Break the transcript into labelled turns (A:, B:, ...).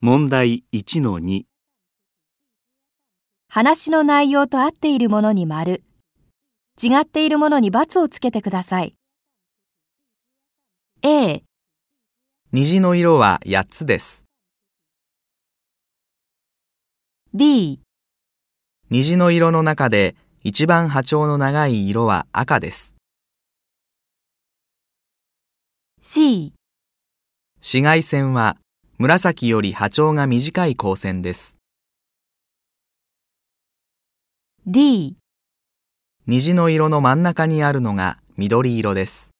A: 問題1の2、
B: 話の内容と合っているものに丸。違っているものに×をつけてください。A、
C: 虹の色は8つです。
B: B、
C: 虹の色の中で一番波長の長い色は赤です。
B: C、
C: 紫外線は紫より波長が短い光線です。
B: D。
C: 虹の色の真ん中にあるのが緑色です。